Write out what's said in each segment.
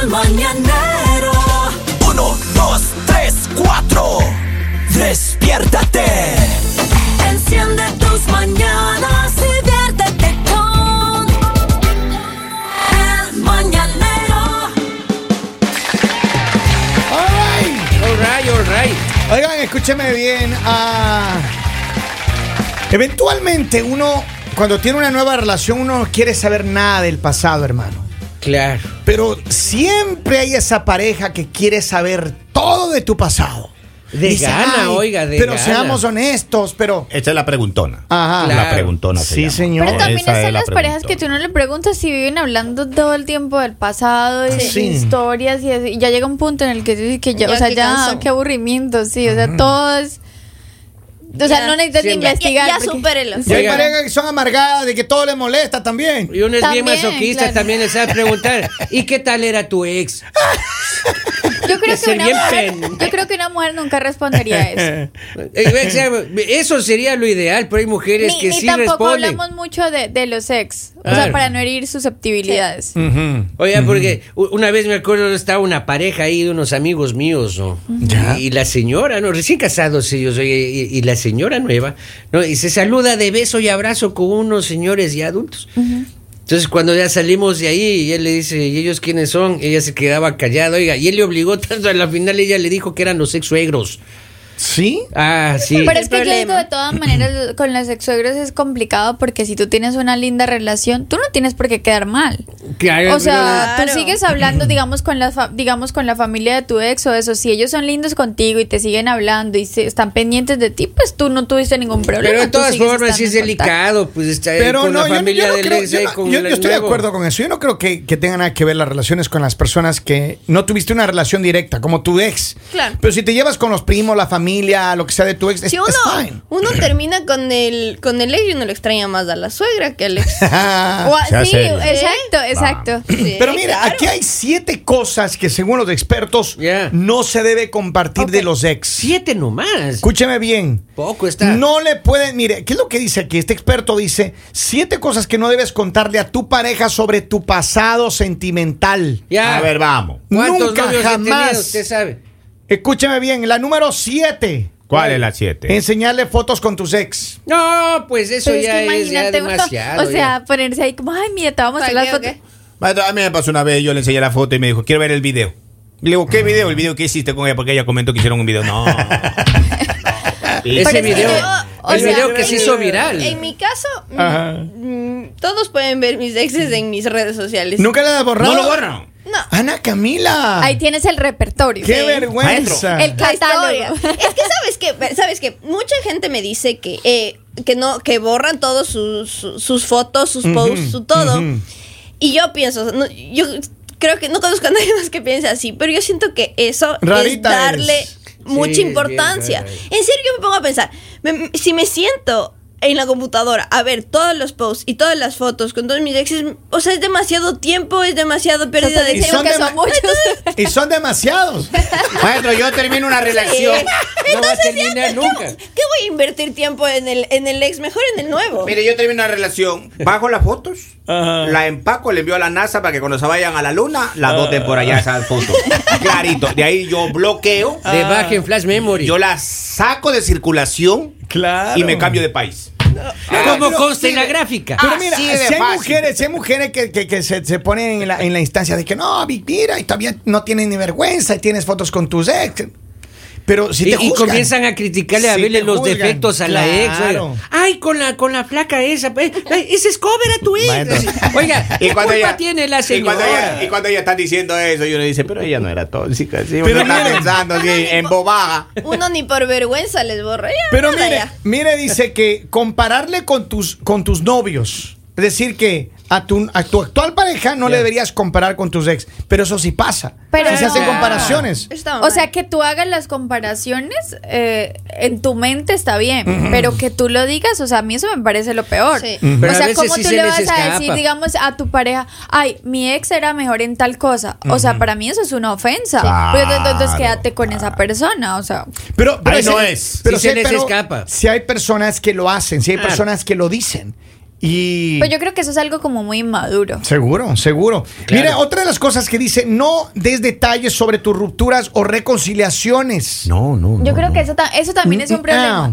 El Mañanero. Uno, dos, tres, cuatro. Despiértate. Enciende tus mañanas y viértete con El Mañanero. All right, all right. Oigan, escúcheme bien. ah, eventualmente uno, cuando tiene una nueva relación, uno no quiere saber nada del pasado, hermano. Claro. Pero siempre hay esa pareja que quiere saber todo de tu pasado. De gana, "Ay, oiga, de Pero gana". seamos honestos, pero... Esta es la preguntona. Ajá. Claro. La preguntona. se Sí, llama. señor. Pero No, también Esa es están la las parejas que tú preguntona. no le preguntas si viven hablando todo el tiempo del pasado y de Sí. historias y, así. Y ya llega un punto en el que tú dices que ya, o Ah, Ya sea, te ya, cansó. qué aburrimiento, sí, o Mm. sea, todo es, o sea, Ya, no necesitas ni siempre. investigar. Ya- ya porque- supérelo. Y hay Oiga. parejas que son amargadas de que todo les molesta también. Y uno es También, bien masoquista, claro. también le sabe preguntar, ¿y qué tal era tu ex? Yo creo Que que ser una bien mujer, pen. yo creo que una mujer nunca respondería eso. Eh, o sea, Eso sería lo ideal, pero hay mujeres ni que ni sí tampoco responden. hablamos mucho de, de los ex, o Claro. sea, para no herir susceptibilidades. Oiga, porque u- una vez me acuerdo, estaba una pareja ahí de unos amigos míos, ¿no? Y, y la señora, ¿no? Recién casados ellos, oye, y, y la señora nueva, ¿no? Y se saluda de beso y abrazo con unos señores ya adultos. Entonces, cuando ya salimos de ahí, y él le dice, ¿y ellos quiénes son? Ella se quedaba callada, oiga, y él le obligó tanto, a la final ella le dijo que eran los ex suegros. ¿Sí? Ah, sí. Pero es el que yo digo, problema. de todas maneras, con los exsuegros es complicado porque si tú tienes una linda relación, tú no tienes por qué quedar mal. Claro, O sea, Claro. tú sigues hablando, digamos, con la fa- digamos con la familia de tu ex o eso. Si ellos son lindos contigo y te siguen hablando y se- están pendientes de ti, pues tú no tuviste ningún problema. Pero de tú todas sigues formas sí es estando en contacto. delicado, pues está ahí Pero con no, la yo, no- familia yo no del creo, ex, yo ahí no- con yo- el yo estoy de nuevo. acuerdo con eso. Yo no creo que, que tenga nada que ver las relaciones con las personas que no tuviste una relación directa, como tu ex. Claro. Pero si te llevas con los primos, la familia, lo que sea de tu ex, es Si uno, fine. uno termina con el, con el ex y uno le extraña más a la suegra que al ex. O a- Sea sí, serio. exacto, exacto. Sí, Pero mira, claro. aquí hay siete cosas que según los expertos Yeah. no se debe compartir Ok. de los ex. Siete nomás. Escúcheme bien. Poco está. No le pueden, mire, ¿qué es lo que dice aquí? Este experto dice siete cosas que no debes contarle a tu pareja sobre tu pasado sentimental. Ya. A ver, vamos. ¿Cuántos Nunca, novios he tenido? jamás. Usted sabe. Escúcheme bien, la número siete. ¿Cuál es la siete? Enseñarle fotos con tus ex. No, pues eso Pero es ya que es, ya imagínate, uno- demasiado. o sea, ponerse ahí como, ay, mira, te vamos a hacer ¿Para las qué, fotos. o qué? Maestro, A mí me pasó una vez, yo le enseñé la foto y me dijo, quiero ver el video. Y le digo, ¿qué video? El video que hiciste con ella, porque ella comentó que hicieron un video. No. ya. Pero ese es que video, yo- o el sea, video que se en- hizo viral. En mi caso, mm, mm, todos pueden ver mis exes en mis redes sociales. ¿Nunca la has borrado? No lo borran. No. Ana Ah. Camila. Ahí tienes el repertorio. ¡Qué Sí. vergüenza! El La catálogo. historia. Es que sabes que, sabes que mucha gente me dice que, eh, que no, que borran todos sus, sus- sus fotos, sus posts, su todo. Y yo pienso, no, yo creo que no conozco a nadie más que piense así, pero yo siento que eso Rarita es darle eres. mucha Sí, es importancia. bien rara. En serio, yo me pongo a pensar, me- si me siento en la computadora a ver todos los posts y todas las fotos con todos mis exes, o sea, es demasiado tiempo, es demasiado pérdida de Y tiempo. son que de son ma- muchos. Y son demasiados. Maestro, yo termino una relación. no va a terminar nunca. ¿Qué voy a invertir tiempo en el, en el ex? Mejor en el nuevo. Mire, yo termino una relación, bajo las fotos, la empaco, le envío a la NASA para que cuando se vayan a la luna, las boten por allá esas fotos. Clarito. De ahí yo bloqueo, De baja en flash memory. yo las saco de circulación Claro. y me cambio de país. Como pero consta en la mire, gráfica. Ah, Pero Así mira, si de hay, fácil. mujeres, si hay mujeres que, que- que se, se ponen en la, en la instancia de que no, vi- mira, y todavía no tienes ni vergüenza y tienes fotos con tus ex. Pero si Y, te y juzgan. comienzan a criticarle, a Si verle te los juzgan, defectos a la ex. oiga. claro. Ay, con la, con la flaca esa. pues, ay, Ese es cover a tu ex. Maestro. Oiga, ¿qué culpa tiene la y cuando señora? ella- y cuando ella está diciendo eso, yo le dice, pero ella no era tóxica. Sí, Pero pero está mire. pensando así, en bobaga. Uno ni por vergüenza les borra. Ya, Pero nada, mire, ya. mire, dice que compararle con tus, con tus novios. Es decir, que a tu, a tu actual pareja no le deberías comparar con tus ex. Pero eso sí pasa. Pero Sí se no. hacen comparaciones. Está O sea, mal. que tú hagas las comparaciones eh, en tu mente está bien, pero que tú lo digas, o sea, a mí eso me parece lo peor. Sí. Ujú. Pero O a sea, veces ¿cómo sí tú se le les vas a escapa. decir, digamos, a tu pareja, ay, mi ex era mejor en tal cosa? O sea, para mí eso es una ofensa. Claro, Pero entonces quédate con esa persona, o sea. Pero, pero Ahí no hay- es. Pero Sí se hay- les pero escapa. Si hay personas que lo hacen, si hay Claro. personas que lo dicen. Y Pues yo creo que eso es algo como muy inmaduro. Seguro, seguro. Claro. Mira, otra de las cosas que dice, no des detalles sobre tus rupturas o reconciliaciones. No, no. Yo creo que eso, ta- eso también es un Mm, problema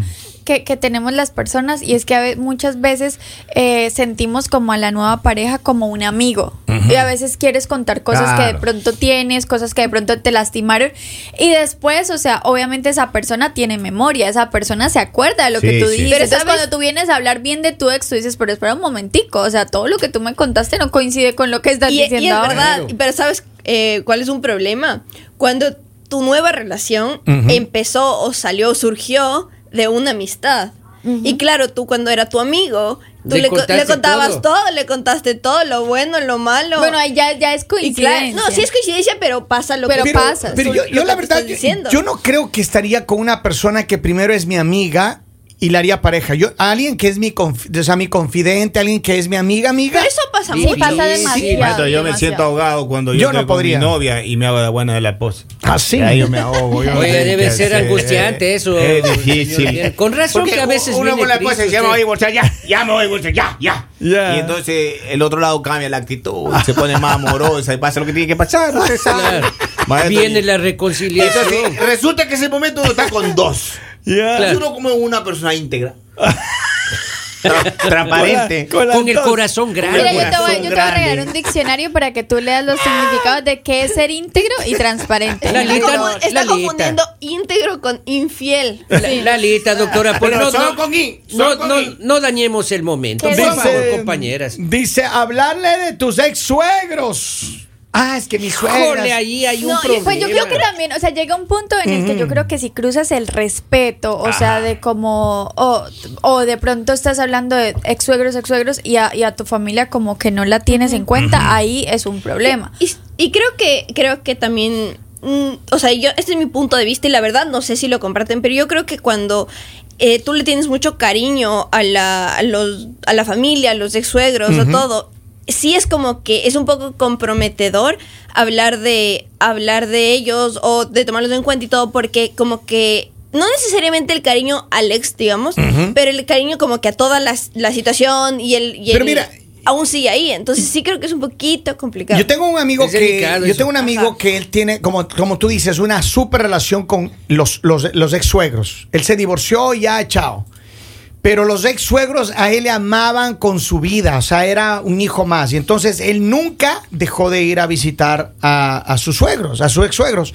ah. que, que tenemos las personas y es que a ve- muchas veces eh, sentimos como a la nueva pareja como un amigo y a veces quieres contar cosas que de Claro. pronto tienes, cosas que de pronto te lastimaron y después, o sea, obviamente esa persona tiene memoria, esa persona se acuerda de lo que Sí, tú sí. dijiste. Pero Entonces ¿sabes? cuando tú vienes a hablar bien de tu ex, tú dices, pero espera un momentico, o sea, todo lo que tú me contaste no coincide con lo que estás Y, y diciendo es ahora. verdad, pero ¿sabes eh, cuál es un problema? Cuando tu nueva relación empezó o salió o surgió de una amistad. Y claro, tú cuando era tu amigo, tú Le le, co- le contaste contabas todo. todo. le contaste todo, lo bueno, lo malo. Bueno, ahí ya, ya es Y coincidencia. claro, no, sí es coincidencia, pero pasa lo Pero que pasa. Pero yo, lo yo que la te verdad, estoy yo, diciendo. yo no creo que estaría con una persona que primero es mi amiga y la haría pareja. Yo, alguien que es mi, conf- o sea, mi confidente, alguien que es mi amiga, amiga. Pero eso pasa Sí, mucho. Sí, pasa Sí, demasiado. Maestro, yo me demasiado. siento ahogado cuando yo, Ah, Yo estoy no con podría. mi novia y me hago la buena de la esposa. Así. Ahí yo me ahogo. yo no Oiga, sé debe qué ser hacer. angustiante eso, Es señor. difícil. Con razón Porque que a veces Uno viene con la triste esposa ya me usted. voy a divorciar, ya, ya me voy a divorciar, ya, ya. Ya. Y entonces el otro lado cambia la actitud, se pone más amorosa y pasa lo que tiene que pasar. Usted sabe. Claro. Maestro, Viene y- la y entonces reconciliación. resulta que ese momento uno está con dos. Claro. Y uno como una persona íntegra. Tra- Transparente. Con el corazón grande. Mira, yo te, voy, yo te voy a Grande. regalar un diccionario para que tú leas los significados de qué es ser íntegro y transparente. La Está, Lalita, como- está Lalita. confundiendo íntegro con infiel. La- Lalita, doctora, por Pero no, solo no, con I, no, solo con no- I. no dañemos el momento. Por Dice- favor, compañeras. Dice, hablarle de tus ex suegros. Ah, es que mi suegra. Híjole, ahí hay un No, y- problema. pues yo creo que también, o sea, llega un punto en el que yo creo que si cruzas el respeto, o sea, de como, o, o de pronto estás hablando de ex suegros, ex suegros, y a, y a tu familia como que no la tienes en cuenta, ahí es un problema. Y, y creo que creo que también mm, o sea yo este es mi punto de vista y la verdad no sé si lo comparten pero yo creo que cuando eh, tú le tienes mucho cariño a la a los a la familia a los ex suegros a todo sí es como que es un poco comprometedor hablar de hablar de ellos o de tomarlos en cuenta y todo porque como que no necesariamente el cariño al ex, digamos, pero el cariño como que a toda la, la situación y el... y Pero el- mira- aún sigue ahí, entonces sí creo que es un poquito complicado. Yo tengo un amigo Es que delicado yo eso. tengo un amigo Ajá. que él tiene como como tú dices una super relación con los los, los ex suegros. Él se divorció y ya chao. Pero los ex suegros a él le amaban con su vida, o sea, era un hijo más. Y entonces él nunca dejó de ir a visitar a, a sus suegros, a sus ex suegros.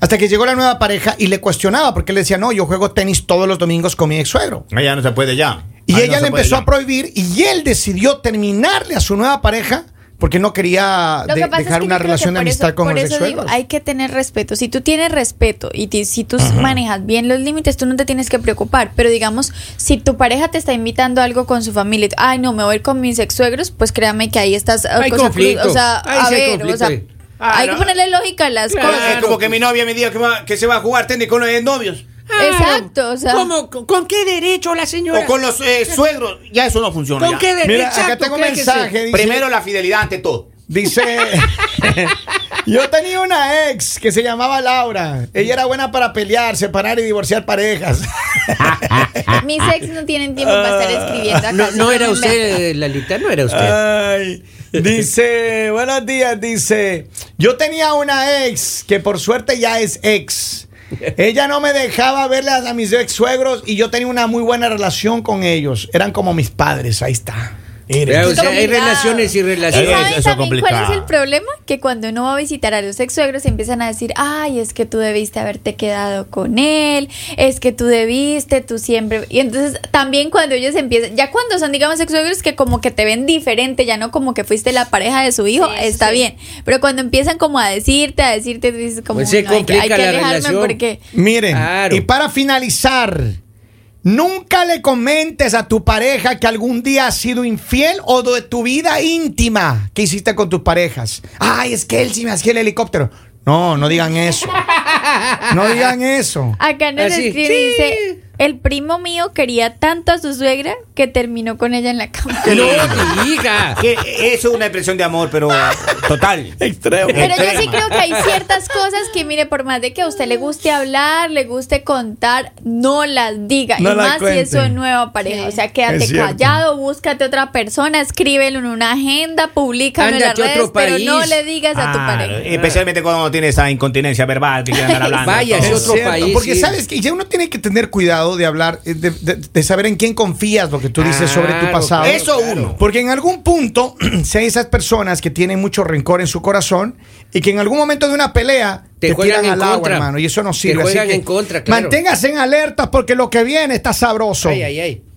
Hasta que llegó la nueva pareja y le cuestionaba, porque él decía, no, yo juego tenis todos los domingos con mi ex suegro. Allá no se puede ya. Y Ahí ella no se le puede empezó ya. a prohibir y él decidió terminarle a su nueva pareja porque no quería Lo de- que pasa es dejar que una yo creo relación que de por amistad eso- con por los eso digo, sexuelos. hay que tener respeto. Si tú tienes respeto y ti- si tú manejas bien los límites, tú no te tienes que preocupar. Pero digamos, si tu pareja te está invitando a algo con su familia, y tú, ay, no, me voy a ir con mis ex suegros, pues créame que ahí estás. eh, Hay cosa cru- conflicto. O sea, Ahí a sí hay ver, conflicto o sea, ahí. hay Claro. que ponerle lógica a las Claro. Es cosas. como que mi novia me dijo que, va- que se va a jugar tenis con los eh, novios. Exacto, o sea. ¿Cómo? ¿Con- ¿Con qué derecho la señora? O con los eh, suegros. Ya eso no funciona. ¿Con ya. qué derecho? Mira, acá tengo un mensaje. Dice, Primero la fidelidad ante todo. dice yo tenía una ex que se llamaba Laura. Ella era buena para pelear, separar y divorciar parejas. Mis ex no tienen tiempo para estar escribiendo acá. No, así no que era me inventan. usted, Lalita, no era Ah, usted. Ay, dice, buenos días, dice, yo tenía una ex que por suerte ya es ex. Ella no me dejaba verlas a mis ex suegros y yo tenía una muy buena relación con ellos. Eran como mis padres, ahí está. Miren. Vea, o sea, hay Complicado. relaciones y ¿Y Eso- relaciones. saben eso es también cuál es complicado. el problema? Que cuando uno va a visitar a los ex suegros empiezan a decir, ay, es que tú debiste haberte quedado con él, es que tú debiste, tú siempre. Y entonces también cuando ellos empiezan, ya cuando son, digamos, ex suegros que como que te ven diferente, ya no como que fuiste la pareja de su hijo, Sí, eso está sí. bien. Pero cuando empiezan como a decirte, a decirte, tú dices como, Pues se "No, hay que- hay que, complica la alejarme relación". porque... Miren, Claro. y para finalizar, nunca le comentes a tu pareja que algún día has sido infiel o de tu vida íntima que hiciste con tus parejas. Ay, es que él sí me hacía el helicóptero. No, no digan eso. No digan eso. Acá nos Así. escribe y dice, El primo mío quería tanto a su suegra que terminó con ella en la cama. ¡No me diga! Que eh, eso es una expresión de amor, pero eh, total. Extremo. Pero yo sí Extrema. creo que hay ciertas cosas que, mire, por más de que a usted le guste hablar, le guste contar, no las diga. No y las más cuente. si es su nueva pareja. O sea, Es quédate cierto. callado, búscate otra persona, escríbelo en una agenda, públicalo en las Ándate a otro redes, pero no país. le digas a tu Ah, pareja. Especialmente cuando tiene esa incontinencia verbal que quiere andar hablando. Vaya, todo. es otro Cierto, país. porque sí. sabes que ya uno tiene que tener cuidado de hablar, eh, de, de- de saber en quién confías lo que tú dices sobre tu Claro, pasado. claro, Eso claro. uno. Porque en algún punto, si hay esas personas que tienen mucho rencor en su corazón y que en algún momento de una pelea Te te, juegan tiran en al agua, contra. hermano, y eso no Te sirve. Así juegan que en contra, claro. Manténgase en alertas porque lo que viene está sabroso. Ay, ay, ay.